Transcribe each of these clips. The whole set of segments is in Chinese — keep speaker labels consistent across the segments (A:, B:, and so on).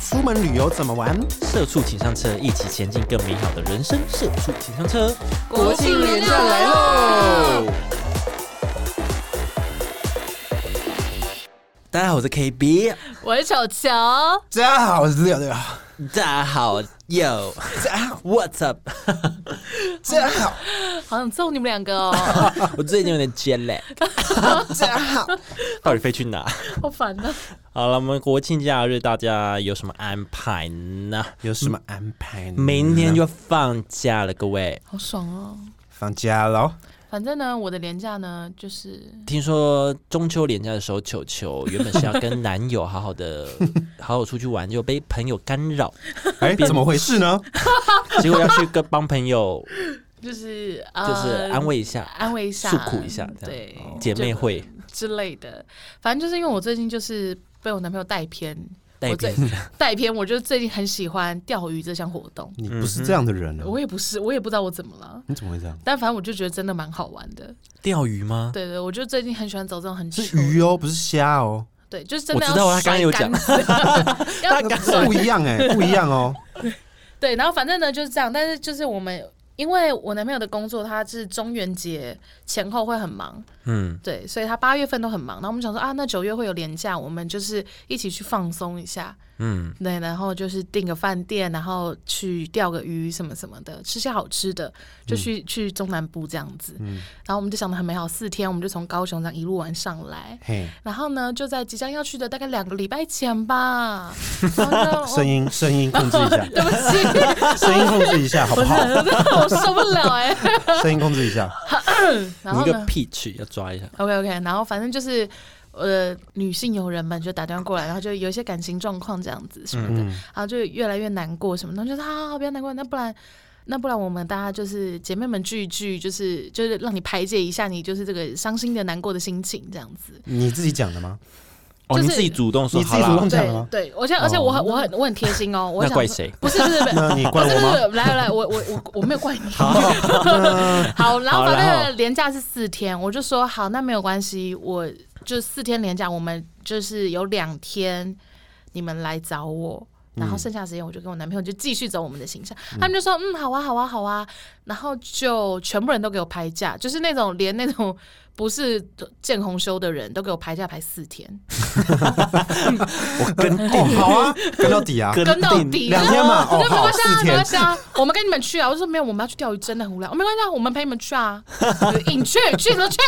A: 出门旅游怎么玩？
B: 社畜请上车，一起前进更美好的人生。社畜请上车，
C: 国庆连假来喽！
B: 大家好，我是 KB。
C: 我是球球，
A: 大家好，我是六六。
B: 大家好，Yo，
A: 大家好，
B: What's up？
A: 大家好，
C: 好想揍你们两个哦，
B: 我最近有点 jet lag，
A: 大家好。
B: 到底飞去哪？
C: 好烦啊呐、
B: 好了，我们国庆假日大家有什么安排呢？
A: 有什么安排呢？
B: 明天就放假了，各位。
C: 好爽哦。
A: 放假喽。
C: 反正呢，我的廉价呢，就是
B: 听说中秋连假的时候，球球原本是要跟男友好好 的好好出去玩，就被朋友干扰，
A: 哎，怎么回事呢？
B: 结果要去跟帮朋友
C: 就是
B: 就是安慰一
C: 呃
B: 下、
C: 安慰一下，
B: 诉苦一下，这样哦姐
C: 对，
B: 妹会
C: 之类的。反正就是因为我最近就是被我男朋友带偏，
B: 带
C: 我最
B: 偏。
C: 带偏，我就最近很喜欢钓鱼这项活动。
A: 你不是这样的人
B: 嗯
A: 呢。
C: 我也不是，我也不知道我怎么了。
A: 你怎么会这样？
C: 但反正我就觉得真的蛮好玩
B: 嗯
C: 的，
B: 钓鱼吗？
C: 对对，我就最近很喜欢走这种很
A: 是
C: 糗
A: 鱼哦，不是虾哦，
C: 对，就是真的
B: 我知道啊
C: 要
B: 他刚刚有
C: 甩
B: 讲
C: 杆子， 要
A: 不一样哎，不一样哦。
C: 对，然后反正呢就是这样，但是就是我们。因为我男朋友的工作，他是中元节前后会很忙，
B: 嗯，
C: 对，所以他八月份都很忙。然后我们想说啊，那九月会有年假，我们就是一起去放松一下，
B: 嗯，
C: 对，然后就是订个饭店，然后去钓个鱼什么什么的，吃些好吃的，就去、去中南部这样子。然后我们就想的很美好，四天我们就从高雄这样一路玩上来。
A: 嘿，
C: 然后呢，就在即将要去的大概两个礼拜前吧，然后 呢
A: 声音声音控制一 下，
C: 对不起，
A: 声音控制一下，好不好？
C: 我受不了哎、
A: 声音控制一下。
C: 然
B: 你
C: 后
B: 一个
C: 呢
B: peach 要抓一下，
C: ？OK OK，然后反正就是呃，女性友人们就打电话过来，然后就有一些感情状况这样子
B: 嗯
C: 什么的，
A: 嗯
C: 然后就越来越难过什么的，然后就说啊好好好不要难过，那不然。那不然我们大家就是姐妹们聚一聚，就是就是让你排解一下你就是这个伤心的难过的心情这样子。
A: 你自己讲的吗？
B: 哦，
C: 就是
B: 你自己主动说
A: 你自
B: 好
A: 己主
B: 啦
A: 动，这样
C: 对
A: 了吗
C: 对，而且而且我很我很我很贴心哦，我
B: 啊哦那
C: 想
B: 怪
C: 说
B: 谁？
C: 不是不是不是，
A: 那你怪
C: 不是
A: 我
C: 不
A: 吗？
C: 是，来来，我我我我没有怪你。好， 然
B: 好
C: 后
B: 然
C: 反
B: 后
C: 正连假是四天，我就说好，那没有关系，我就四天连假，我们就是有两天你们来找我。然后剩下的时间，我就跟我男朋友就继续走我们的形象。他们就说：“嗯，好啊，好啊，好啊。”然后就全部人都给我排假，就是那种连那种不是见红修的人都给我排假排四天，
B: 我跟
A: 哦，好啊，跟到底啊。
C: 跟到
B: 定
C: 底
A: 两天嘛
C: 我
A: 哦
C: 说没关系
A: 好
C: 啊，
A: 四
C: 没
A: 天
C: 关系啊，我们跟你们去啊。我就说没有，我们要去钓鱼，真的很无聊。哦没关系啊，我们陪你们去啊，你去去什么去？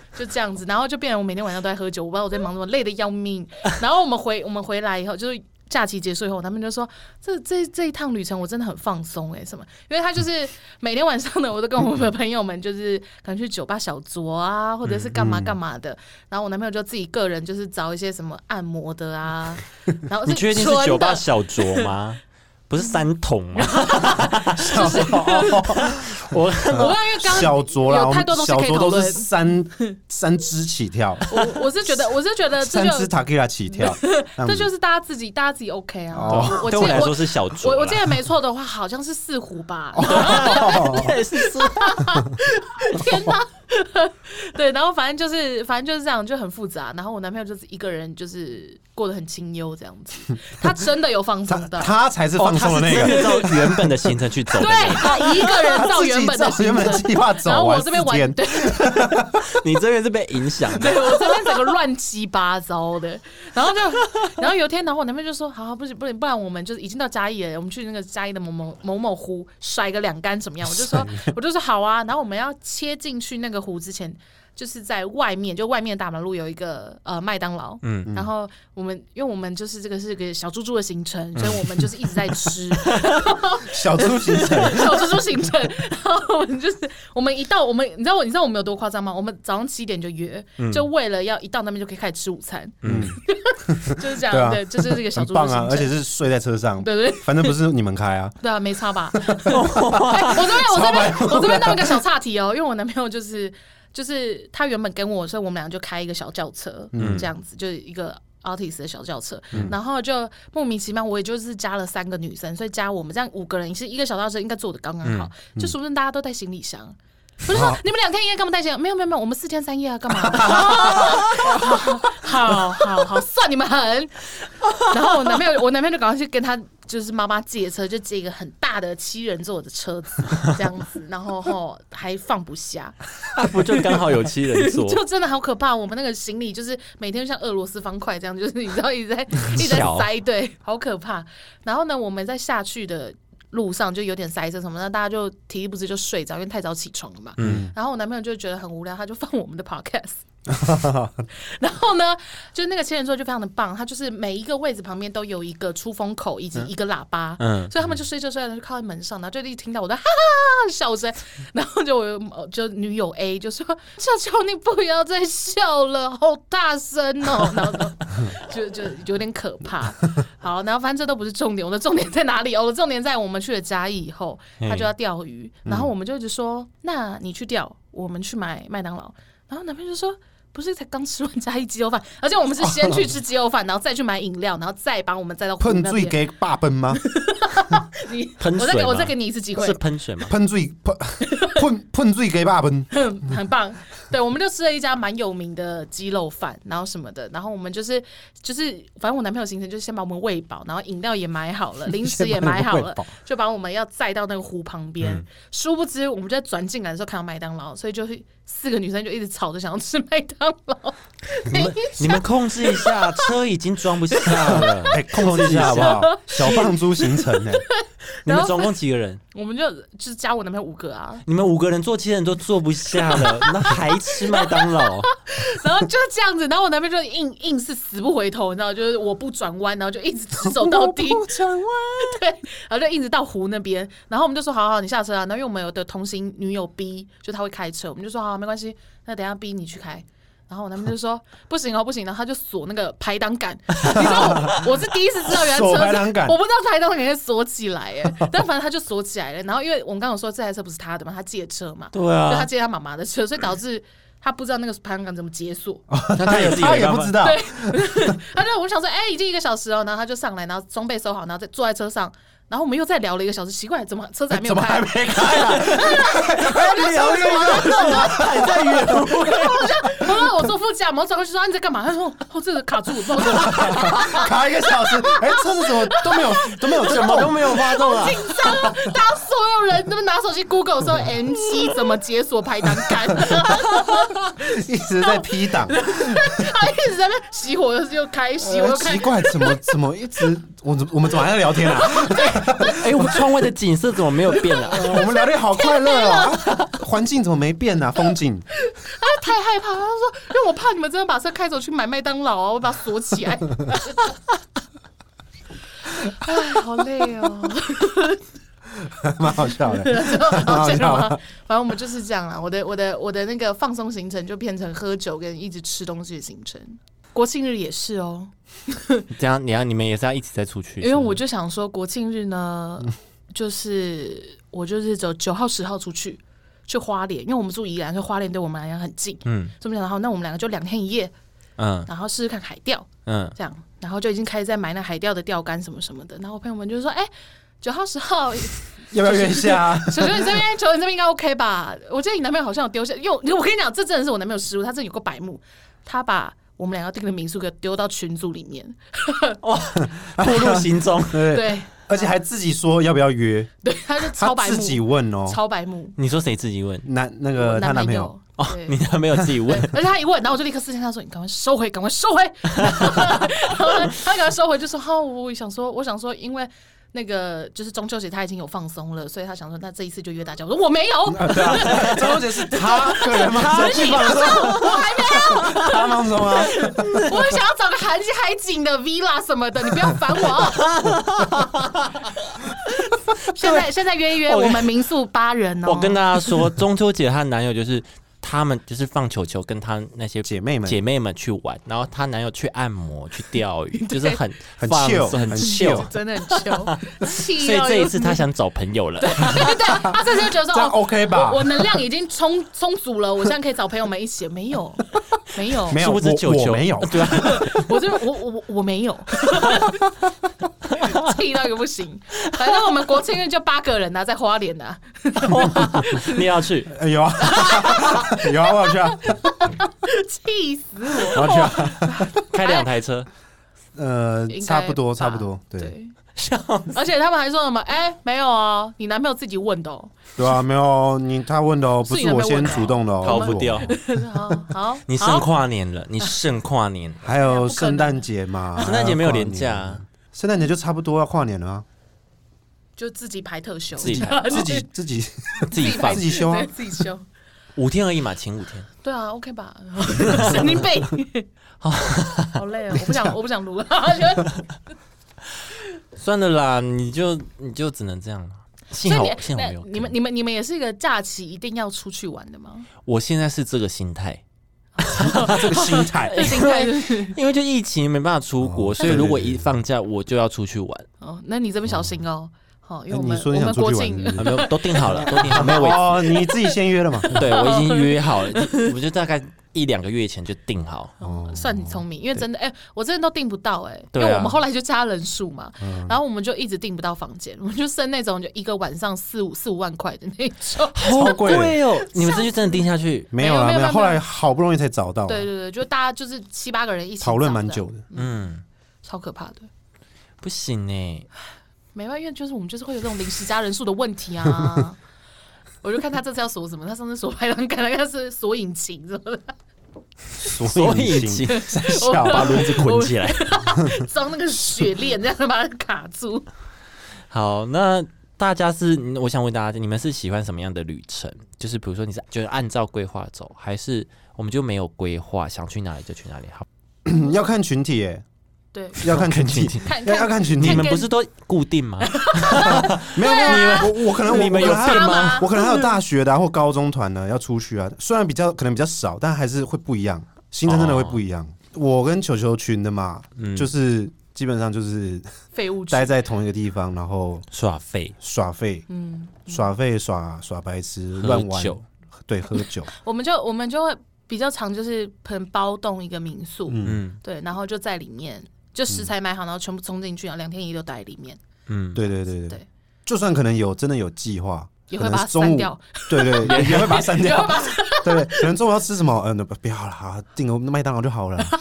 C: 就这样子，然后就变成我每天晚上都在喝酒，我不知道我在忙什么，累得要命。然后我们回我们回来以后，就是假期结束以后，他们就说这这这一趟旅程我真的很放松哎、什么？因为他就是每天晚上呢，我都跟我的朋友们就是可能去酒吧小酌啊，或者是干嘛
A: 嗯
C: 干嘛的。然后我男朋友就自己个人就是找一些什么按摩的啊，然后
B: 你确定是
C: 纯
B: 酒吧
C: 的
B: 小酌吗？不是三桶吗？我
C: 我刚因为刚
A: 哦小酌啦，
C: 有
A: 我
C: 太
A: 们
C: 多东西
A: 小
C: 可以
A: 酌
C: 讨
A: 都是
C: 论。
A: 三 三支起跳，
C: 我我是觉得，我是觉得这
A: 三
C: 就
A: 支塔 q 拉起 跳，这样
C: 这
A: 子
C: 就是大家自己，大家自己 OK 啊。
A: 哦
C: 我我记
B: 对我来
C: 得
B: 说
C: 我
B: 是小酌啦。
C: 我我记得没错的话，好像是四壶吧。
A: 哦
B: 也是说
C: 天哪！ 对，然后反正就是反正就是这样，就很复杂。然后我男朋友就是一个人，就是过得很清幽这样 子。他真的有放松
A: 他
C: 到，
A: 他才是放松的那
B: 哦他
A: 个，
B: 是照原本的行程去走的。
C: 对他一个人照原本
A: 自己照
C: 的行
A: 原本的
C: 程。
A: 计划
C: 然
A: 走
C: 后我
A: 完
C: 这
A: 四
C: 边玩，
A: 天，
C: 对
B: 你这边是被影响的。
C: 对， 我这边整个乱七八糟的，然后就，然后有一天，然后我男朋友就说：“好好，不行，不行，不然我们就是已经到嘉义了，我们去那个嘉义的某某某某湖甩个两杆怎么样？”我就说：“我就说好啊。”然后我们要切进去那个湖之前，就是在外面，就外面大马路有一个呃麦当劳，嗯，然后我们因为我们就是这个是个小猪猪的行程，所以我们就是一直在吃。
A: 小猪行程，
C: 小猪猪行程，然后我们就是我们一到我们，你知道我你知道我们有多夸张吗？我们早上七点就约，
A: 嗯
C: 就为了要一到那边就可以开始吃午餐，嗯， 就是这样，
A: 对啊
C: 对，这就是这个 小
A: 很
C: 猪猪
A: 棒
C: 行
A: 啊
C: 程，，
A: 而且是睡在车上，
C: 对对对
A: 反正不是你们开 啊，
C: 对啊，没差吧？哎我这边我这边我这边弄一个小岔题哦，因为我男朋友就是就是他原本跟我，所以我们俩就开一个小轿车，这样子就是一个。Altis 的小轿车，然后就莫名其妙，我也就是加了三个女生，所以加我们这样五个人，是一个小轿车应该坐的刚刚好，就说不定大家都带行李箱，我就说你们两天一夜干嘛带钱？没有没有没有，我们四天三夜啊，干嘛？哦好好好，算你们狠。 然后我男朋友，我男朋友就赶快去跟他就是妈妈借车，就借一个很大的七人座的车子这样子，然后吼还放不下，
B: 不就刚好有七人座？
C: 就真的好可怕。我们那个行李就是每天像俄罗斯方块这样，就是你知道一直在一直在
B: 巧
C: 塞，对，好可怕。然后呢，我们在下去的路上就有点塞车什么的，大家就体力不支就睡着，因为太早起床了嘛。
A: 嗯，
C: 然后我男朋友就觉得很无聊，他就放我们的 podcast。然后呢，就是那个千人座就非常的棒，它就是每一个位置旁边都有一个出风口以及一个喇叭，
B: 嗯
C: 所以他们就睡着睡着就靠在门上，然后就一听到我的哈哈哈笑声，然后就我有呃就女友 A 就说：“笑笑，你不要再笑了，好大声哦！”然后就 就就有点可怕。好，然后反正这都不是重点，我的重点在哪里？哦，我的重点在我们去了嘉义以后，他就要钓鱼，
B: 嗯
C: 然后我们就一直说：“那你去钓，我们去买麦当劳。”然后男朋友就说。不是才刚吃完嘉义鸡肉饭，而且我们是先去吃鸡肉饭，然后再去买饮料，然后再把我们载到湖
A: 喷
C: 那
A: 醉
C: 边。
A: 给爸奔吗？
C: 你
B: 喷
C: 我再给
B: 水
C: 我
B: 吗
C: 再给你一次机会
B: 是，喷水吗？
A: 喷醉喷喷喷醉给爸 奔，
C: 哼 很棒。对，我们就吃了一家蛮有名的鸡肉饭，然后什么的，然后我们就是就是，反正我男朋友行程就是先把我们喂饱，然后饮料也买好 了，零食也买好了，就把我们要载到那个湖旁边。
B: 嗯
C: 殊不知，我们就在转进来的时候看到麦当劳，所以就是四个女生就一直吵着想要吃麦当劳。哎
B: 你们你们控制一下，车已经装不下了，
A: 哎，控制一下好不
C: 啊
A: 好？小放猪行程 哎，
B: 你们总共几个人？
C: 我们就就是加我男朋友五个啊，
B: 你们五个人坐七人都坐不下 了，那还吃麦当 劳？
C: 然后就这样子，然后我男朋友就硬硬是死不回头，你知道，就是我不转弯，然后就 一直直走到底，
B: 不转弯。
C: 然后就一直到湖那边，然后我们就说好好，你下车啊。然后因为我们有的同行女友 B，就她会开车，我们就说好，没关系，那等一下 B 你去开。然后我男朋友就说不行哦，不行，然后他就锁那个排挡杆。 你知道我，我是第一次知道原来车
A: 锁
C: 子
A: 排挡杆
C: 我不知道排挡杆可以锁起来哎，但反正他就锁起来了。然后因为我们刚刚有说这台车不是他的嘛，他借车嘛，
B: 对
C: 就他
B: 啊，
C: 借他妈妈的车，所以导致他不知道那个排挡杆怎么解锁。
A: 哦
B: 那他也自己
A: 他
B: 没
A: 也
B: 办
A: 不知
B: 法。
A: 道，
C: 他就我想说，哎、已经一个小时了，然后他就上来，然后装备收好，然后再坐在车上，然后我们又再聊了一个小时，奇怪，怎么车子还没有
A: 怎么还
C: 开
A: 没？
C: 哎
A: 开 啊？还聊一个，
B: 还在原位，
C: 我说我坐副驾嘛，我转过去说、啊、你在干嘛？他说哦，这个卡住我，不知道干 嘛
A: 卡一个小时，哎，车子怎么都 没有都没有
B: 什么都没有发 动啊！
C: 紧张啊！大家所有人都拿手机 Google 说 M 七怎么解锁排挡杆，
A: 一直在 P 档，
C: 他一直在那边熄火又又开熄火
A: 呃
C: 又开
A: 奇，怪，怎么怎么一直我怎我们怎么还在聊天啊？
B: 哎，我们窗外的景色怎么没有变啊？
A: 我们聊天好快乐哦，环境怎么没变啊？风景
C: 他太害怕，他说因为我怕你们真的把车开走去买麦当劳啊，我把它锁起来。哎，好累哦。
A: 蛮好笑的。
C: 好这样吗？反正我们就是这样啦。我的我的我的那个放松行程就变成喝酒跟一直吃东西的行程。国庆日也是哦，
B: 这样，你要你们也是要一起再出去？
C: 因为我就想说国庆日 呢，就是我就是走九号十号出去去花莲，因为我们住宜兰，所以花莲对我们来讲很近。
B: 嗯
C: 所以我们想，好，那我们两个就两天一夜，
B: 嗯
C: 然后试试看海钓
B: 嗯，
C: 这样，然后就已经开始在买那海钓的钓竿什么什么的。然后我朋友们就说，哎、九号十号
A: 要不要约一下啊？
C: 球球，你这边，球球你这边应该 OK 吧？我记得你男朋友好像有丢下，因为我我跟你讲，这真的是我男朋友失误，他真的有个白目，他把我们两个订的民宿给丢到群组里面，
B: 步入行踪。
A: 啊 对，
C: 对
A: 而且还自己说要不要约，
C: 对，他就
A: 他
C: 超白
A: 自己
C: 目，
A: 问哦。
C: 超白目。
B: 你说谁自己问？
A: 男那
C: 我
A: 个她男
C: 朋
A: 朋友，
B: 哦，
C: 对
B: 你男朋友自己
C: 对
B: 问，
C: 而且他一问，然后我就立刻私信他说：“你赶快收回，赶快收回。” 然后呢他赶快收回，就说：“哦，我想说，我想说，因为那个就是中秋节他已经有放松了，所以他想说，那这一次就约大家。”我说：“我没有，
A: 啊对啊，张小姐是 他个人吗？他去放松，我还没有， 他放松啊，
C: 我想要找个海海景的 villa 什么的，你不要烦我 啊。现在现在约一约，
B: 我
C: 我
B: 跟
C: 们民宿八人哦。
B: 哦我跟大家说，中秋节她的男友就是他们就是放球球，跟她那些
A: 姐妹们，
B: 姐妹们去玩，然后她男友去按摩、去钓 鱼，就是很
A: 很
B: 放
A: chill，
B: 松很
A: 很
B: chill。
A: chill
C: 真的很穷， 气
B: 所以
C: 哦
B: 这一次她想找朋友了，
C: 对对， 他这次就觉得
A: 这
C: 说
A: 样
C: 哦。
A: OK 吧
C: 我？我能量已经充充足了，我现在可以找朋友们一起。没 有，没有，
A: 没有，
B: 殊
A: 我
B: 不知球球
A: 我没有，
B: 对啊，
C: 我这我我我我没有， 气到一个不行。反正我们国庆日就八个人呐、啊在花莲呐、
B: 你要去？
A: 哎有啊， 有啊，我有去啊，
C: 气死我！
A: 我有去啊，
B: 开两台车，
A: 呃，
C: 应该
A: 差不多，
C: 吧
A: 差不多，对，
C: 对，而且他们还说什么？哎、没有哦，你男朋友自己问的哦。
A: 对啊，没有你他问的哦，不
C: 是你
A: 是我
C: 男朋友
A: 先
C: 问的哦
A: 主动的哦，
B: 逃
A: 是
B: 不
A: 我
B: 掉。
C: 好哦好，
B: 你剩
C: 好
B: 跨年了，你剩跨年，
A: 还有圣诞节嘛，
B: 圣诞节没有
A: 还跨
B: 年
A: 年
B: 假啊，
A: 圣诞节就差不多要跨年了啊，
C: 就自己排特休，
B: 自 己排
A: 自
C: 哎
A: 己自己
B: 自己
C: 排
B: 放
A: 自己休啊
C: 对自己休。
B: 五天而已嘛，请五天。
C: 对啊，OK 吧？ 神经病， 好累哦，我 不想，我不想录了。
B: 算了啦，你就你就只能这样了。幸
C: 所以
B: 好
C: 你
B: 幸好
C: 那
B: 没有跟。
C: 你们你们你们也是一个假期一定要出去玩的吗？
B: 我现在是这个心态，
A: 这个心
B: 哎
A: 态，
C: 这心态就是
B: 因为就疫情没办法出国，
A: 哦
B: 所以如果
A: 对对
B: 一
A: 对
B: 放假我就要出去玩。
C: 哦，那你这边小心哦。好，因为
A: 哎
C: 我
A: 你
C: 们
A: 说
C: 我
A: 你想
C: 们
A: 出
C: 国
A: 去
C: 庆
A: 玩，
B: 啊没有，都订好了，都订好，没有位 置。
A: 哦，你自己先约了嘛？
B: 对我已经约好了，就我就大概一两个月前就订好。
A: 哦，
C: 算你聪明，因为真的，哎、我真的都订不到、哎、因
B: 对啊
C: 为我们后来就加人数嘛，
A: 嗯
C: 然后我们就一直订不到房间，我们就剩那种就一个晚上四五四五万块的那种。
A: 超贵
B: 哦！你们这就真的定下去？
A: 没有啦，
C: 没有
A: 没有，
C: 没有没有
A: 后来好不容易才找到，啊
C: 对对对，就大家就是七八个人一起
A: 讨论
C: 找
A: 蛮
C: 的，
A: 久的，
B: 嗯，
C: 超可怕的。
B: 不行欸呢。
C: 没办法，因为就是我们就是会有这种临时加人数的问题 啊。我就看他这次要锁什么，他上次锁排档杆，他是锁引擎什么的，
A: 所以
B: 请
A: 请
C: 我
B: 把轮子捆起来。
C: 装那个雪链这样把它卡住。
B: 好，那大家是，嗯我想问大家，你们是喜欢什么样的旅程？就是比如说，你是就是按照规划走，还是我们就没有规划，想去哪里就去哪里？好，
A: 要看群体耶，
C: 对，
A: 要看群体，
C: 看
A: 要要
C: 看
A: 哎啊看群
B: 你
A: 体，
B: 们不是都固定吗？
A: 没有没有，我我可能我
B: 你们有
A: 我可能还
B: 病
C: 干
B: 吗
C: 嘛？
A: 我可能还有大学
C: 嗯
A: 的啊、或高中团呢，要出去啊。虽然比较可能比较少，但还是会不一样，行程真的会不一样。我跟球球群的嘛，
B: 嗯，
A: 就是基本上就是
C: 废物区
A: 待在同一个地方，然后
B: 耍废、
A: 耍废、
C: 嗯，
A: 耍废、耍耍白痴、
B: 喝
A: 乱玩，
B: 酒，嗯
A: 对，喝 酒，
C: 我们就我们就会比较常就是可能包栋一个民宿，
A: 嗯，
B: 嗯
C: 对，然后就在里面就食材买好，然后全部冲进去，然后两天一夜都待在里面，
B: 嗯，
A: 对对对
C: 对
A: 对。就算可能有真的有计划，
C: 也
A: 可
C: 会
A: 能
C: 把它
A: 中
C: 删
A: 午
C: 掉，
A: 对对，也也会把它 删
C: 也
A: 掉
C: 会，把它
A: 对对，可能中午要吃什么，嗯，不不要了，好，订个麦当劳就好了。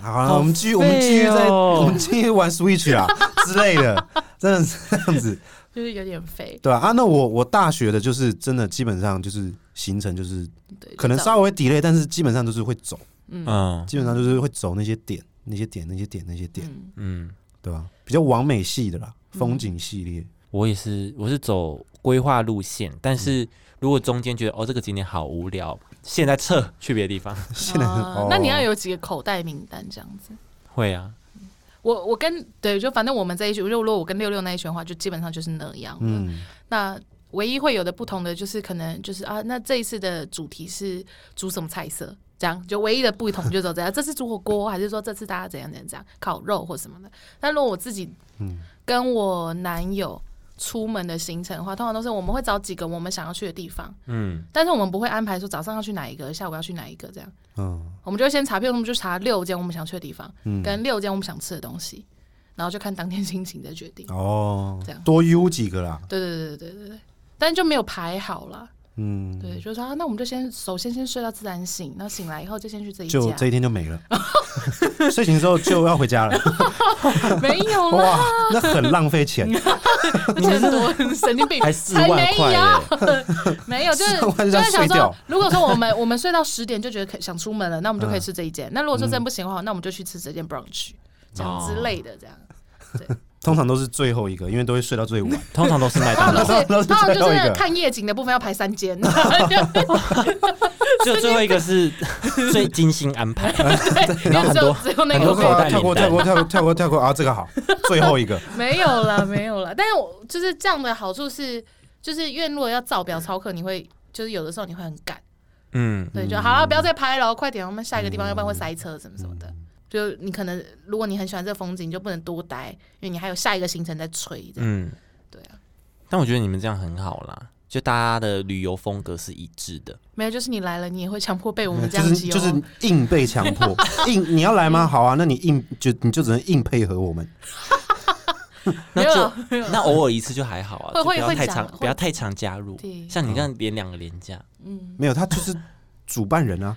A: 好啊，
B: 好
A: 我们继续，我们继续
B: 废
A: 在，
B: 哦
A: 我们继续玩 Switch 啊之类的， 真的是这样子，
C: 就是有点废，
A: 对啊，啊，那我我大学的就是真的基本上就是行程就是
C: 对，
A: 可能
C: 就这样
A: 稍微 delay，但是基本上就是会走，
B: 嗯
A: 基本上就是会走那些点、那些点、那些点、那些点，
C: 嗯
B: 嗯，
A: 对吧、比较完美系的啦，风景系列，
B: 我也是，我是走规划路线，但是如果中间觉得哦这个景点好无聊，现在撤去别的地方，
A: 现在很
C: 啊
A: 哦
C: 那你要有几个口袋名单这样子。
B: 会啊，
C: 我我跟对，就反正我们这一群，就如果我跟六六那一群的话，就基本上就是那样。嗯，
A: 嗯，
C: 那唯一会有的不同的就是，可能就是啊，那这一次的主题是煮什么菜色，这样就唯一的不同就走这样。这次煮火锅，还是说这次大家怎样怎样怎样烤肉或什么的。但如果我自己跟我男友出门的行程的话，通常都是我们会找几个我们想要去的地方，
B: 嗯，
C: 但是我们不会安排说早上要去哪一个，下午要去哪一个这样。
A: 嗯，
C: 我们就先查，譬如我们就查六间我们想去的地方，跟六间我们想吃的东西，然后就看当天心情再决定。
A: 哦
C: 这样，
A: 多 U 几个啦，
C: 对对对对对对，但就没有排好啦。
A: 嗯，
C: 对，就是说、啊、那我们就先首先先睡到自然醒，那醒来以后就先去这一
A: 就
C: 家，
A: 这一天就没了， 睡醒之后就要回家了。
C: 没有啦，
A: 哇，那很浪费 钱，哦
C: 而且我神经病，
B: 还四
C: 才
B: 万
C: 没
B: 块耶
C: 有，没有，就是
A: 四万
C: 就
A: 就要
C: 是想
A: 睡
C: 说
A: 掉，
C: 如果说我们 我们睡到十点就觉得可以想出门了，那我们就可以吃这一
A: 嗯
C: 间。那如果说真的不行的话，那我们就去吃这间 brunch，这
A: 哦
C: 样之类的，这样。
A: 通常都是最后一个，因为都会睡到最晚。
B: 通常都是麦
C: 他
B: 当
C: 们
A: 都
B: 劳，
C: 就是
A: 是
C: 他们就
A: 最后一
C: 是
A: 个
C: 看夜景的部分要排三 间，
B: 就最后一个是最精心安排，
C: 然
B: 然后很多
C: 只有那
B: 很
C: 个
B: 多
C: 会
B: 口袋
A: 跳过
B: 名单
A: 跳过跳过跳过跳过啊，这个好，最后一个
C: 没有啦，没有啦。但是我就是这样的好处是，就是因为如果要照
A: 嗯
C: 表操课，你会就是有的时候你会很赶，
B: 嗯，
C: 对，就好、啊、不要再拍了，快点，我们下一个地方，要不然会塞车什么什么
A: 嗯
C: 的。就你可能如果你很喜欢这个风景，你就不能多待，因为你还有下一个行程在催。这样、
B: 嗯，
C: 对啊，
B: 但我觉得你们这样很好啦，就大家的旅游风格是一致 的。
C: 没有，就是你来了，你也会强迫被我们这
A: 嗯就
C: 样
A: 是
C: 子哦。
A: 就是硬被强迫，硬你要来吗？好啊，那你硬就你就只能硬配合我们，
B: 那
C: 没有
B: 就
C: 啦没有啦
B: 那偶尔一次就还好啊，就
C: 会
B: 不
C: 会
B: 要
C: 会
B: 太
C: 讲
B: 常
C: 会
B: 不要太常加入
C: 对。
B: 像你这样连两个连假，
C: 嗯，
A: 没有，他就是主办人 啊，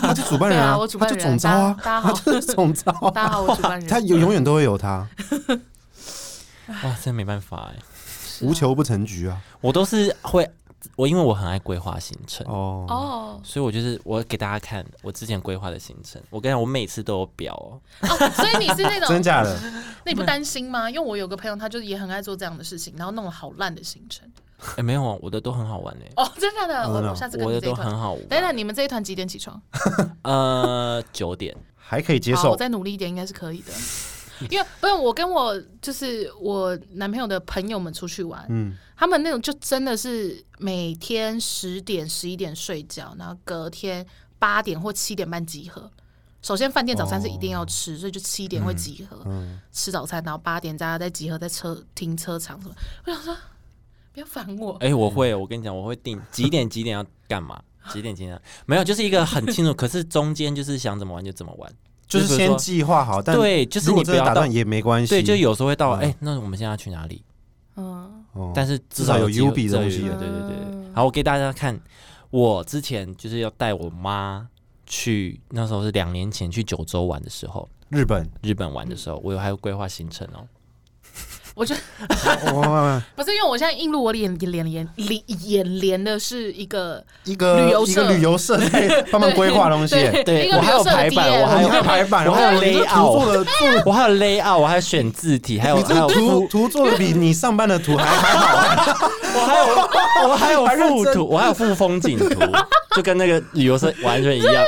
A: 他就主办人
C: 对
A: 啊，
C: 啊我主办人
A: 他就总招啊，
C: 大家大家好
A: 他就是 总招啊、
C: 大 家好，我主办人，
A: 他永永远都会有他，
B: 哇，真没办法哎、
C: 是啊
A: 无球不成局啊。
B: 我都是会我因为我很爱规划行程，
A: 哦，
C: 哦
B: 所以我就是我给大家看我之前规划的行程。我跟你讲，我每次都有表哦。
C: 哦，所以你是那
A: 真
C: 种，
A: 假的？
C: 那你不担心吗？因为我有个朋友，他就是也很爱做这样的事情，然后弄了好烂的行程。
B: 哎、没有啊，我的都很好玩哎、
C: 哦，真的的，
A: 真的
C: 我
A: 哦
C: 我下次跟
B: 我
C: 你
B: 的
C: 这一
B: 都
C: 团。
B: 很好玩。
C: 等等，你们这一团几点起床？
B: 呃，九点
A: 还可以接
C: 好，我
A: 受。
C: 再努力一点，应该是可以 的。因为不是我跟我就是我男朋友的朋友们出去玩，
A: 嗯，
C: 他们那种就真的是每天十点十一点睡觉，然后隔天八点或七点半集合。首先，饭店早餐是一定要
B: 哦
C: 吃，所以就七点会集
B: 嗯
C: 合、吃早餐，然后八点大家再集合在车停车场什么。我想说，不要烦我，
B: 哎、我会，我跟你讲，我会定几点几点要干嘛，几点几点要没有，就是一个很清楚，可是中间就是想怎么玩就怎么玩，
A: 就是
B: 比如
A: 先
B: 说
A: 计划好，但
B: 对，就是
A: 如
B: 你
A: 果
B: 不
A: 真的
B: 要
A: 打
B: 到
A: 断也没关系。
B: 对，就有时候会到
A: 嗯
B: 哎、那我们现在要去哪里？
C: 嗯，
A: 哦，
B: 但是至
A: 至少有
B: 机会
A: UB 的
B: 对
A: 东西
B: 对
A: 了
B: 对对对
C: 嗯
B: 对。好，我给大家看，我之前就是要带我妈去，那时候是两年前去九州玩的时候，
A: 日本，
B: 日本玩的时候，我有还有规划行程哦。
C: 我觉得
A: 哇，
C: 不是因为我现在映入我脸脸脸脸眼帘的是一个
A: 一个
C: 旅游社
A: 一个旅游 社在帮忙规划东西。
C: 对
B: 对
C: 一个
B: 我还有
C: 绿色的
B: 排版
C: DM
B: 我还
A: 哦，
B: 有
A: 你还有排版，
B: 我还有
A: 哇你这
B: layout
A: 图做的做
B: 我还有 layout，我还有选字体，还有
A: 你
B: 还有
A: 这
B: 附
A: 图，图做的比你上班的 图还还好，
B: 我还 有我还有
A: 还认
B: 附
A: 真
B: 图，我还有附风景 图，就跟那个旅游社完全一样。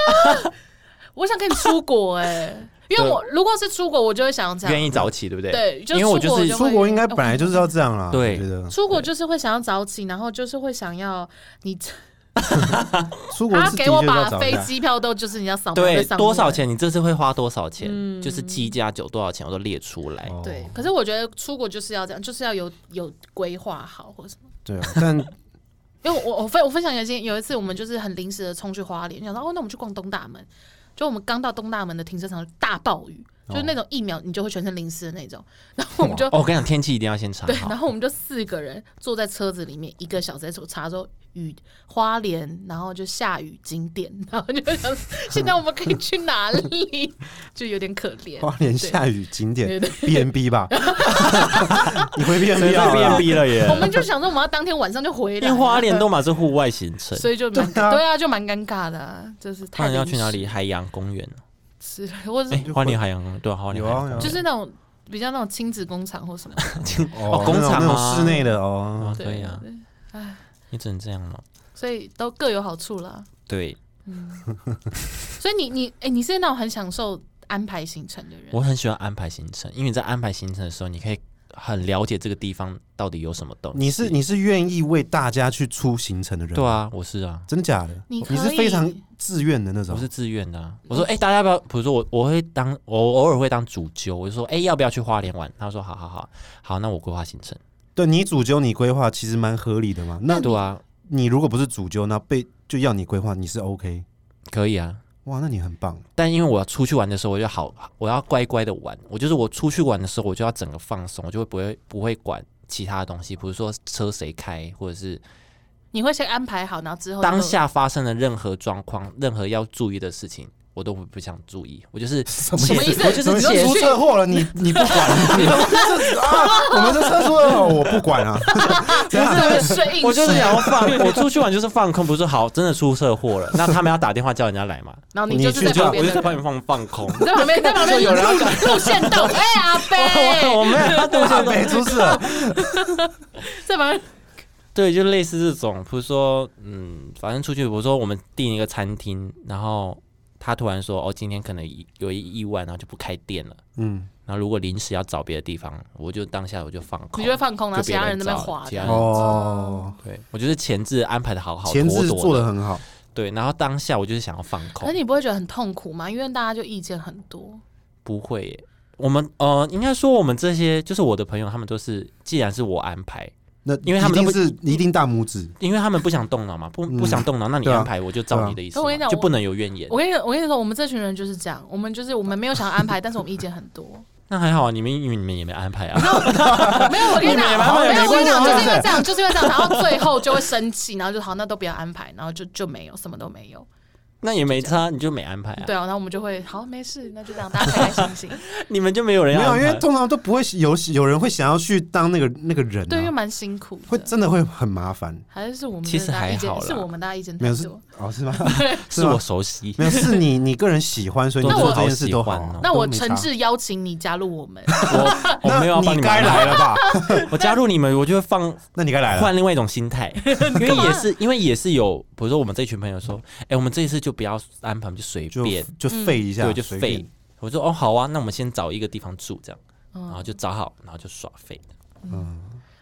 C: 我想跟你出国哎、因为我如果是出国，我就会想要这样。
B: 愿意早起，对不对？
C: 对就
B: 因为我就
C: 出
B: 是
C: 国
A: 出国应该本来就是要这样啦。
B: 对
A: 我觉得
C: 出国就是会想要早起，然后就是会想要你，
A: 出国
C: 他
A: 是的确
C: 给我
A: 是要
C: 把
A: 找一
C: 飞
A: 下。
C: 机票都就是你要扫描在
B: 对
C: 上面嗯
B: 多少？钱，你这次会花多少钱，就是七加九多少钱，我都列出来。
A: 哦
C: 对，可是我觉得出国就是要这样，就是要有有规划好或者什么。
A: 对啊，但
C: 因为我我分我分享一件，有一次我们就是很临时的冲去花莲，想说哦，那我们去逛东大门。就我们刚到东大门的停车场，大暴雨，就是那种一秒你就会全身淋湿的那种。然后我们就
B: 哦哦，我跟你讲，天气一定要先查
C: 对，
B: 好
C: 然。后我们就四个人坐在车子里面一个小时在查查说雨花莲，然后就下雨景点，然后就想现在我们可以去哪里， 就有点可怜。
A: 花莲下雨景点
C: 对对
A: B N B 吧，你回 B N
B: 所以
A: B
B: 在
A: 啊
B: B N B 了耶
C: 我！们就想说我们要当天晚上就 回
B: 因
C: 来，
B: 为花莲都嘛是户外行程，
C: 所以就蛮
A: 对啊
C: 对啊，就蛮尴尬的啊、就 是
B: 他
C: 太
B: 们要
C: 临
B: 去哪
C: 时
B: 里？海洋公园哦
C: 之类的，或者是
B: 哎，花莲海洋公园对啊，花莲
A: 有
B: 海
A: 啊
B: 洋公
A: 有
B: 园
A: 啊
C: 就是那种比较那种亲子工厂或什么的，
A: 哦，
B: 工厂啊
A: 那种那种室内的哦
B: 哦，
C: 对
B: 可以啊，
C: 对
B: 你只能这样吗？
C: 所以都各有好处啦。嗯
B: 对，
C: 所以你你哎、你是那种很享受安排行程的人，
B: 我很喜欢安排行程，因为你在安排行程的时候，你可以很了解这个地方到底有什么东西。
A: 你是你是愿意为大家去出行程的人，
B: 对，啊，我是啊，
A: 真假的？
C: 你
A: 你
C: 可
A: 是非常
C: 以
A: 自愿的那种，
B: 我是自愿的、啊。我说，哎、大家要不要？比如说我，我会当我偶尔会当主揪，我就说，哎、要不要去花莲玩？他说，好好好，好，那我规划行程。
A: 对你主揪你规划其实蛮合理的嘛。那
B: 对啊，
A: 你如果不是主揪，那被就要你规划，你是 OK。
B: 可以啊。
A: 哇，那你很棒，
B: 但因为我要出去玩的时候，我就好，我要乖乖的玩。我就是我出去玩的时候，我就要整个放松，我就会不会不会管其他的东西，比如说车谁开，或者是
C: 你会先安排好，然后之后就
B: 当 下发生的任何状况、任何要注意的事情，我都不不想注意。我就是什
C: 么意思
B: 我就
A: 怎么
B: 是且
A: 出车祸了，你你不 管，你们这啊，我们这车出车祸，我不管 啊，这样
C: 对睡硬
B: 我就是想要放， 我出去玩就是放空，不是好，真的出车祸 了，那他们要打电话叫人家来嘛？
C: 然后你
A: 你
C: 就是
A: 去
C: 在
A: 就
C: 旁
B: 我
C: 边
B: 就在
C: 的，
B: 旁边放放空。
C: 你在旁边，在旁边
B: 就有人要
C: 路路线道，哎阿
B: 我
C: 贝，
B: 我没有，对不
A: 啊
B: 起，
A: 没出事 了，
C: 在旁边
B: 对，就类似这种，比如说，嗯，反正出去，比如说我们订一个餐厅，然后他突然说，哦，今天可能有一意外，然后就不开店了。
A: 嗯，
B: 然后如果临时要找别的地方，我就当下我就放空，
C: 你就会放空，然后
B: 就
C: 其
B: 别
C: 他
B: 人
C: 人在那边
B: 找
C: 滑
B: 其他
C: 的。
B: 人
A: 哦，
B: 对我就是前置安排的好好，
A: 前置
B: 妥妥
A: 做的很好，
B: 对，然后当下我就是想要放空
C: 可是，你不会觉得很痛苦吗？因为大家就意见很多，
B: 不会耶。我们呃，应该说我们这些就是我的朋友，他们都是，既然是我安排，
A: 那
B: 因为他们
A: 一定
B: 都不
A: 是一定大拇指，
B: 因为他们不想动脑嘛，不不想动脑，那你
A: 对啊
B: 安排我就照你的意思
C: 可
B: 嘛，
C: 我跟你讲
B: 就
C: 我
B: 不能有怨言
C: 我。跟你我跟你说，我们这群人就是这样，我们就是我们没有想要安排，但是我们意见很多。
B: 那还好啊，你们因为你们也没安排啊。
C: 没有，我跟你讲，
B: 你买买
C: 没有，我跟你讲，
A: 没
C: 就
A: 关
C: 是
A: 系
C: 因为这样，就是因为这样，然后最后就会生气，然后就好，那都不要安排，然后就就没有，什么都没有。
B: 那也没差，你就没安排啊？
C: 对啊，然后我们就会好，没事，那就这样，大家开开心心。
B: 你们就没有人要
A: 没有，
B: 安
A: 因
B: 排
A: 为通常都不会有有人会想要去当那个那个人、啊，
C: 对，因为蛮辛苦
A: 会
C: 的，
A: 真的会很麻烦。
C: 还是是我们
B: 其实
C: 大家意
B: 还好啦
C: 见，是我们大家意见
A: 没
C: 太
A: 有是
C: 多。
A: 哦，是 吗？
B: 是我熟悉
A: 没，有，是 你你个人喜欢，所以你
C: 那
A: 做
C: 我
A: 这件事都好
B: 好喜欢
A: 啊
B: 哦。
C: 那我
A: 都没差
C: 诚挚邀请你加入我 们，
B: 我我
A: 那
B: 没有要啊帮
A: 你
B: 们
A: 该
B: 安排
A: 来了吧？
B: 我加入你们，我就会放
A: 那你该来了。
B: 换另外一种心 态，因为也是因为也是有，比如说我们这一群朋友说，哎、我们这一次就不要安排，我们就随
A: 就
B: 便，
A: 就废一下，
B: 对，就
A: 随
B: 废
A: 便。。
B: 我说哦，好啊，那我们先找一个地方住，这样，然后
C: 嗯，
B: 就找好，然后就耍废，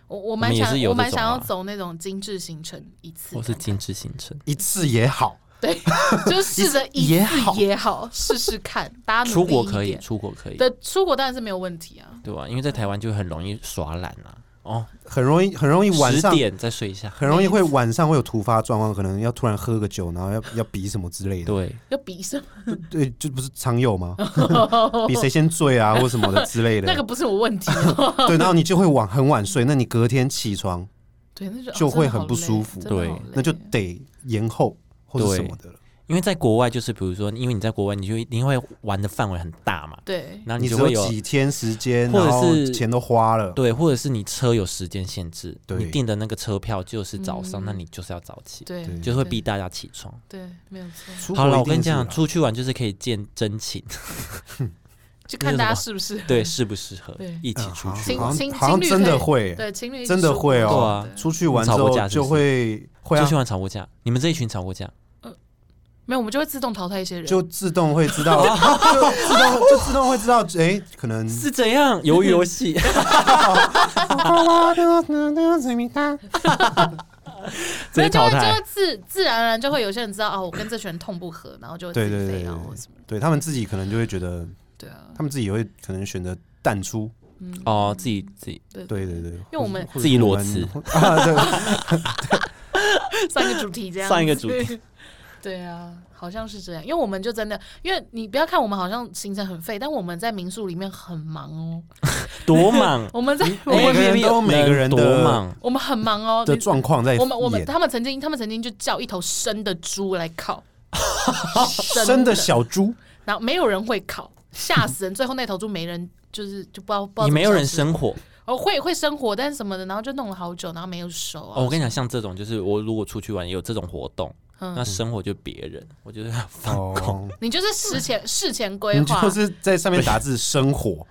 C: 我我
B: 我
C: 蛮
B: 们也
C: 想
B: 是，有
C: 我
B: 这
C: 蛮
B: 种
C: 想要
B: 啊
C: 走那种精致行程一次
B: 或
C: 看看，
B: 是精致行程。
A: 一次也好，
C: 对， 就是试着一
A: 也
C: 次
A: 好
C: 也好，试试看，大家努
B: 出
C: 力
B: 国
C: 一
B: 可以，
C: 点
B: 出国可以，
C: 对，出国当然是没有问题啊。
B: 对吧、因为在台湾就很容易耍懒啊。哦，
A: 很容易很容易晚
B: 十
A: 上
B: 点再睡一下。
A: 很容易会晚上会有突发状况，可能要突然喝个酒，然后要要比什么之类的。
B: 对，
C: 要 比什么？
A: 对，就不是常有 吗？
C: 哦
A: 比谁先醉啊，或什么的之类的。
C: 那 个不是我问题哦，
A: 对，然后你就会晚很晚睡，那你隔天起床
C: 对，那就
A: 就
C: 哦
A: 会
C: 真的
A: 很
C: 好
A: 不
C: 累
A: 舒服
C: 真的好
B: 对
A: 那就
C: 累
A: 得延后或者什么的了。
B: 因为在国外就是，比如说，因为你在国外，你就一定会玩的范围很大嘛，
C: 对，
B: 然后
A: 你
B: 就
A: 只
B: 会
A: 有
B: 有
A: 几天时间，
B: 或者
A: 然后
B: 是
A: 钱都花了，
B: 对，或者是你车有时间限制，
A: 对
B: 你订的那个车票就是早
C: 嗯
B: 上，那你就是要早起，
C: 对
A: 对
B: 就是会逼大家起床。
C: 对，没有错，
A: 出国
B: 好了，我
A: 一定
B: 跟你
A: 是
B: 讲，
A: 啦
B: 出去玩就是可以见真情，
C: 就看大家适不适合。
B: 对，适不适合
C: 对
B: 一起
A: 嗯
B: 出
A: 好
B: 去
C: 情
A: 好
B: 玩。
A: 像
C: 情
A: 好像
C: 情侣
A: 真
C: 可
A: 的
C: 以
A: 会
C: 对情侣一起
A: 真的
C: 出
A: 会
C: 国
A: 哦
B: 啊
C: 对
A: 出去玩之
B: 吵过
A: 后
B: 架是
A: 就
B: 不是
A: 会会
B: 出
A: 啊嗯
B: 去，玩吵过架，你们这一群吵过架，
C: 没有，我们就会自动淘汰一些人。
A: 就自动会知 道，就自动就自动会知道，哎，可能
B: 是怎样？鱿鱼游戏， 直
C: 没有
B: 接
C: 就
B: 淘
C: 会就
B: 汰
C: 会。自自然而然就会有些人知道啊，我跟这群人痛不合，然后就会
A: 对
C: 自己
A: 对对
C: 飞啊
A: 对
C: 或什么的。
A: 对他们自己可能就会觉得，
C: 对啊，
A: 他们自己也会可能选择淡出，
C: 嗯，
B: 哦，自己自己
C: 对
A: 对对对，
C: 因为我们
A: 或者
B: 自己
A: 是
B: 裸
A: 我们
B: 辞
A: 啊，对，
C: 上一个主题这样，
B: 上一个主题。
C: 对啊，好像是这样，因为我们就真的，因为你不要看我们好像行程很废，但我们在民宿里面很忙哦。，
B: 多忙
C: 我们在 我
A: 每
C: 们
A: 个人都每个人的
B: 多忙，
C: 我们很忙哦。
A: 的
C: 你
A: 状况在
C: 我们我们
A: 演
C: 他们曾经他们曾经就叫一头生的猪来烤，
A: 生的，小 猪，
C: 然后没有人会烤，吓死人！最后那头猪没人，就是就不知道不知道
B: 你没有人
C: 生。
B: 生火。
C: 哦，会会生火，但是什么的，然后就弄了好久，然后没有熟啊。
B: 哦，我跟你讲，像这种就是我如果出去玩有这种活动，
C: 嗯
B: 那生活就别人，我觉得放
A: 哦，
B: 空。
C: 你就是事前事前规
A: 你
C: 划，
A: 就是在上面打字生 火，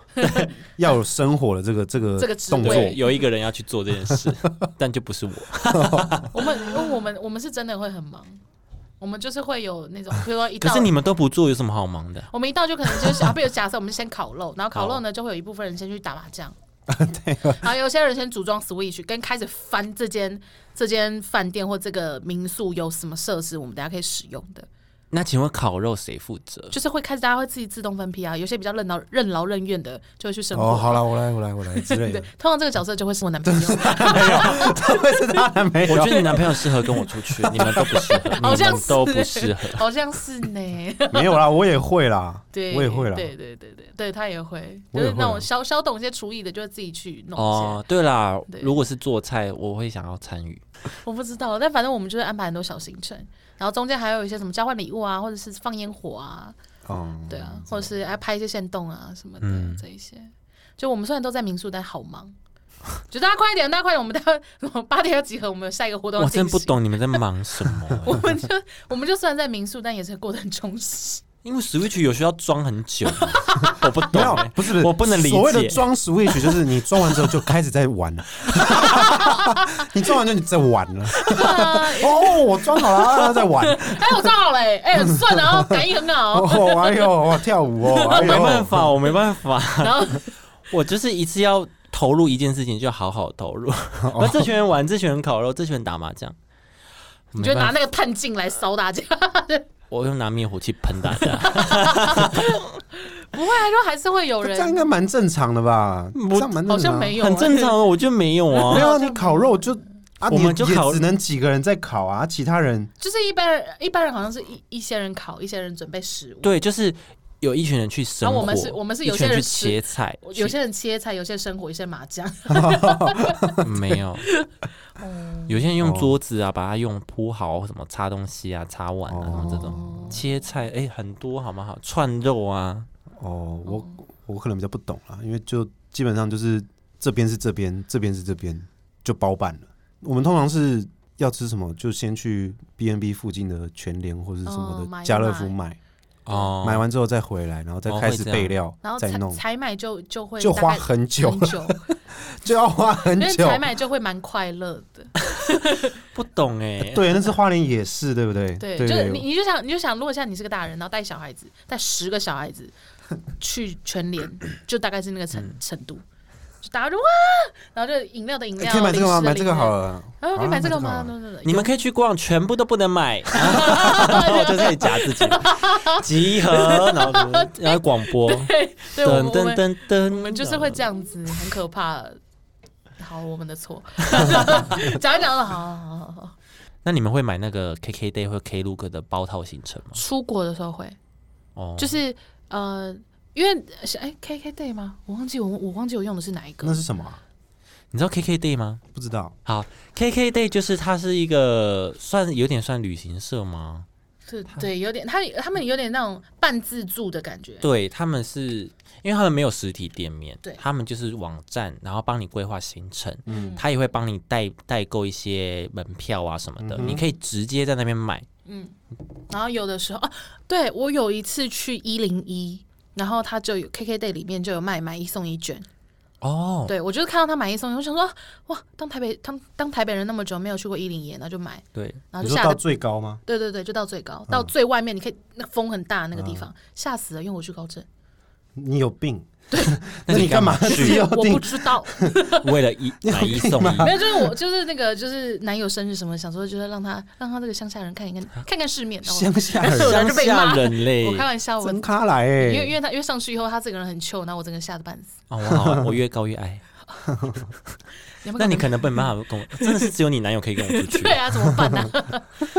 A: 要有生火的这个这个
C: 这个职
A: 动作，
C: 位
B: 对，有一个人要去做这件事， 但就不是我。
C: 我们因为我们我们是真的会很忙，我们就是会有那种，比如说 一
B: 可
C: 到
B: 是你们都不做，有什么好忙的？
C: 我们一到就可能 就是，啊，比如假设我们先烤肉，然后烤肉呢就会有一部分人先去打麻 将，对，然后有些人先组装 Switch，跟开始翻这间这间饭店或这个民宿有什么设施，我们等下可以使用的，
B: 那请问烤肉谁负责？
C: 就是会开始大家会自己自动分批啊，有些比较任劳任劳任怨的就会去生活，
A: 哦，好了，我来，我来，我来之类
C: 对
A: 的，，
C: 通常这个角色就会是我男 朋友。
A: 这会是他男朋
B: 我
A: 友
B: 觉。得你男朋友适合跟我出去，你们都不适合，你
C: 好像
B: 们
C: 是
B: 都不适合。
C: 好像是呢，
A: 没有啦，我也会啦，
C: 对，
A: 我也会啦。
C: 对对对对，对他也会，
A: 我
C: 就
A: 也
C: 是
A: 会
C: 那
A: 啊
C: 种小小懂一些厨艺的，就会自己去弄一些。
B: 哦，对啦
C: 对，
B: 如果是做菜，我会想要参与。
C: 我不知道，但反正我们就是安排很多小行程，然后中间还有一些什么交换礼物啊，或者是放烟火啊，
A: 嗯，
C: 对啊，或者是还拍一些线动啊什么的、这一些。就我们虽然都在民宿，但好忙。就大家快一点，大家快一点，我们待会我们八点要集合，我们有下一个活动。
B: 我真不。懂你们在忙什
C: 我
B: 么，欸
C: 们就我们就虽然在民宿，但也是过得很充实。
B: 因为 Switch 有需要装很 久吗，我不
A: 没
B: 懂
A: 有
B: 欸。，
A: 不是，
B: 我不能理解
A: 所谓的装 Switch，就是你装完之后就开始在玩， 你装完就你在玩了。
C: 对啊，
A: 哦，我装好了，啊在玩。
C: 哎、我装好了、欸，哎、很顺哦，感应很 好。
A: 哦，哎呦，我跳舞哦，哎
B: 没办
A: 呦，
B: 法，我没办法，
C: 然 后
B: 我就是一次要投入一件事情，就好好投 入。
A: 哦
B: 那这群人玩，这群人烤肉，这群人打麻将，
C: 你就
B: 没办
C: 拿
B: 法
C: 那个炭镜来烧大家，
B: 我用拿灭火器喷大家。
C: 不会啊，就还是会有
A: 这样应
C: 人，
A: 该蛮正常的吧？这样蛮正常的啊
C: 好像没有、啊
B: 很正常。啊的，我就没有
A: 没
B: 啊。
A: 有啊，你烤肉就啊，
B: 我
A: 你
B: 们就
A: 也
B: 烤
A: 只能几个人在烤啊，其他人
C: 就是一般人，一般人好像是一一些人烤，一些人准备食物。
B: 对，就是有一群人去生
C: 然
B: 火，
C: 后啊我们是我们是有
B: 一群人
C: 些
B: 去
C: 人吃
B: 切菜，
C: 有些人切菜，有些人生火，有些人麻将。
B: 去 没有，有些人用
A: 哦
B: 桌子啊，把它用铺好，什么擦东西啊、擦碗啊，什么这
C: 哦
B: 种切菜，哎，很多好不好？串肉啊，
A: 哦，我我可能比较不懂啦，因为就基本上就是这边是这边，这边是这边，就包办了。我们通常是要吃什么，就先去 B N B 附近的全联或是什
C: 哦
A: 么
C: 买
A: 的
C: 一
A: 家乐福
C: 买
A: 买，
B: 哦，
A: 买完之后再回来，然后再
B: 哦
A: 开
B: 会
A: 始
B: 这样
A: 备料
C: 然后，
A: 再
C: 采
A: 弄，
C: 采买就就会
A: 就
C: 大
A: 花
C: 概
A: 很久
C: 很， 久，
A: 就要花很
C: 因为
A: 久。
C: 采买就会蛮快乐 的。
B: 不懂
C: 欸
B: 哎，
A: 对，那是花莲也是，对不对？
C: 对，
A: 对
C: 就是你你就想你就想，如果像你是个大人，然后带小孩子，带十个 小孩子去全联，就大概是那个
A: 嗯
C: 程程度。就大家就哇，然后就饮料的饮
A: 哎
C: 料，
A: 可以买这个吗？
C: 零食的
A: 买这个
C: 零食
A: 好。了。
C: 啊，可以
A: 啊
C: 买这个
A: 好
C: 吗？
A: 了
C: 对对对
B: 你们可以去逛，全部都不能买， 然后就开始夹自己集合，然后然后广播，
C: 对，
B: 噔
C: 我们我
B: 噔
C: 们
B: 噔噔，
C: 我们就是会这样子，很可怕。好，我们的 错。讲一讲了，好好好好好。
B: 那你们会买那个 KK Day 或 Klook 的包套行程吗？
C: 出国的时候会，
B: 哦，
C: 就是呃，因为是哎、K K Day 吗？我忘记我我忘记我用的是哪一个
A: 那。是什么啊？
B: 你知道 KK Day 吗？
A: 不知道。
B: 好，KK Day 就是它是一个算有点算旅行社吗？
C: 对对，有点他他们有点那种半自助的感觉。
B: 对，他们是因为他们没有实体店面，
C: 对
B: 他们就是网站，然后帮你规划行程，
A: 嗯
B: 他也会帮你代代购一些门票啊什么
A: 嗯
B: 的，
A: 哼
B: 你可以直接在那边买。
C: 然后有的时候啊，对我有一次去一零一，然后他就有 K K Day 里面就有卖买一送一券。
B: 哦，
C: 对我就是看到他买一送一，我想说啊哇，当台北当当台北人那么久没有去过一零一，那就买，
B: 对，
C: 然后
A: 你
C: 就
A: 说
C: 下
A: 到
C: 个。
A: 最高吗？
C: 对对对，就到最高，
A: 嗯
C: 到最外面，你可以那风很大那个地方，吓死了，因为我去 高镇，
A: 你有病？
B: 那
A: 那你 干嘛自己要
C: 我
A: 订
C: 不知道，
B: 为了一买一送一，
C: 没有，就是我就是那个就是男友生日什么，想说就是让他让他这个乡下人看 一看看看世面。然后
A: 乡下人
C: 对我
B: 乡
C: 就被骂
B: 下人嘞
C: 我。开玩笑，我
A: 真咖来哎、
C: 因为因为他因为上去以后他这个人很糗，然后我真的吓得半死。
B: 哦，我好，我越高越矮。
C: 有没有
B: 那你
C: 可
B: 可能没办法跟我，真的是只有你男友可以跟我出去
C: 能 。对啊，怎么办呢、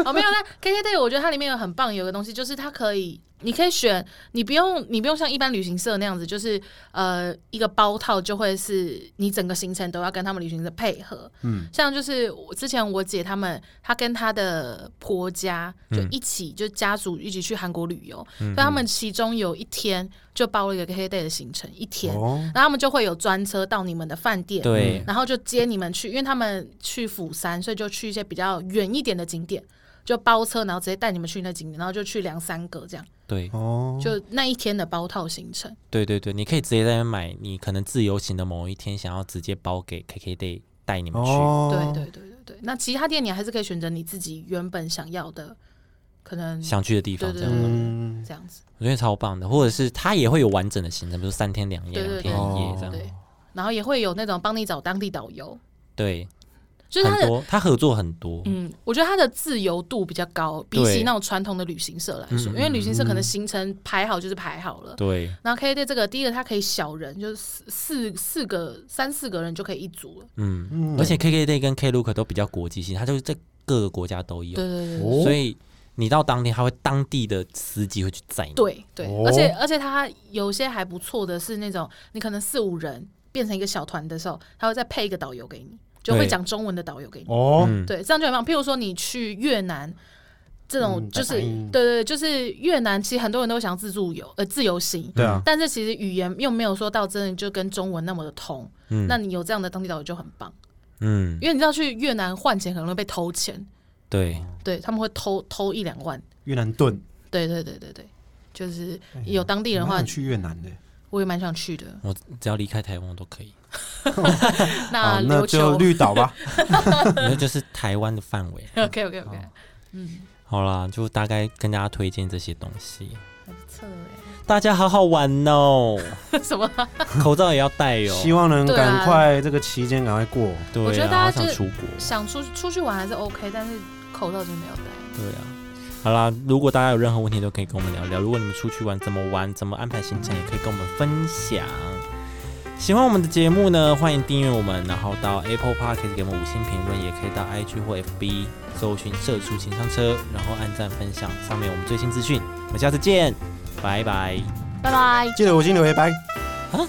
C: 哦，没有，那 K K Day 我觉得它里面有很棒，有个东西就是它可以，你可以选，你不用你不用像一般旅行社那样子，就是呃一个包套就会是你整个行程都要跟他们旅行社配合。嗯，像就是我之前我姐他们，她跟她的婆家就一起、就家族一起去韩国旅游，所以他们其中有一天就包了一个 K K Day 的行程，一天。
A: 哦，
C: 然后他们就会有专车到你们的饭店，
B: 对，
C: 然后就接你们去，因为他们去釜山，所以就去一些比较远一点的景点，就包车，然后直接带你们去那景点，然后就去两三个这样，
B: 对
A: 哦，
C: 就那一天的包套行程。
B: 对对对，你可以直接在那边买，你可能自由行的某一天想要直接包给 KKday 带你们去。
A: 哦
C: 对，对对对对。那其他店你还是可以选择你自己原本想要的，可能
B: 想去的地方，
C: 对
B: 这
C: 对
B: 样
C: 对
A: 嗯，
C: 这样子。
B: 我觉得超棒的，或者是它也会有完整的行程，比如说三天两夜、
C: 对
B: 两
C: 对
B: 天一
A: 哦
B: 夜这
C: 对
B: 样。
C: 对，然后也会有那种帮你找当地导游，
B: 对，
C: 就是他
B: 很
C: 的。
B: 多，它合作很多。
C: 嗯，我觉得他的自由度比较高，比
B: 对
C: 起那种传统的旅行社来说，
B: 嗯嗯
C: 因为旅行社可能行程排好就是排好了，
B: 对，
C: 然后 K Day 这个，第一个它可以小人，就是四四四个、三四个人就可以一组了。
B: 嗯，
A: 嗯
B: 而且 KKday 跟 Klook 都比较国际性，它就是在各个国家都有，
C: 对对对
A: 哦
B: 所以你到当天，它会当地的司机会去载你。
C: 对对，
A: 哦
C: 而且而且它有些还不错的是那种，你可能四五人变成一个小团的时候，他会再配一个导游给你，就会
B: 对
C: 讲中文的导游给你。
A: 哦，
B: 嗯，
C: 对，这样就很棒。譬如说你去越南。这种
A: 嗯
C: 就是、
A: 拜拜
C: 对对，对就是越南，其实很多人都想自助游呃自由行，
A: 对啊，
C: 但是其实语言又没有说到真的就跟中文那么的通，
B: 嗯
C: 那你有这样的当地导游就很棒，
B: 嗯，
C: 因为你知道去越南换钱很容易被偷钱，
B: 对，
C: 对他们会偷偷一两万，
A: 越南盾，
C: 对对对对对，就是有当地人的
A: 蛮
C: 话
A: 想，去越南的，
C: 我也蛮想去的。
B: 我只要离开台湾我都可 以，
C: 那
A: 哦，那
C: 琉
A: 就
C: 球
A: 绿岛 吧。
B: 那就是台湾的范围。
C: ，OK OK OK，
B: 好啦，就大概跟大家推荐这些东西，
C: 还不错哎，
B: 大家好好玩哦，
C: 什么？
B: 口罩也要戴哦。
A: 希望能
C: 对啊
A: 赶快这个期间赶快过，
B: 对啊，
C: 我觉得大家
B: 好想
C: 就
B: 出国。
C: 想出出去玩还是 OK，但是口罩就没有戴。
B: 对啊，好啦，如果大家有任何问题都可以跟我们聊聊。如果你们出去玩怎么玩，怎么安排行程，也可以跟我们分享。喜欢我们的节目呢，欢迎订阅我们，然后到 Apple Podcast 给我们五星评论，也可以到 IG 或 FB 搜寻“社畜情商车”，然后按赞分享。上面有我们最新资讯，我们下次见，拜拜。
C: 拜拜。
A: 记得五星留言，拜。
B: 啊，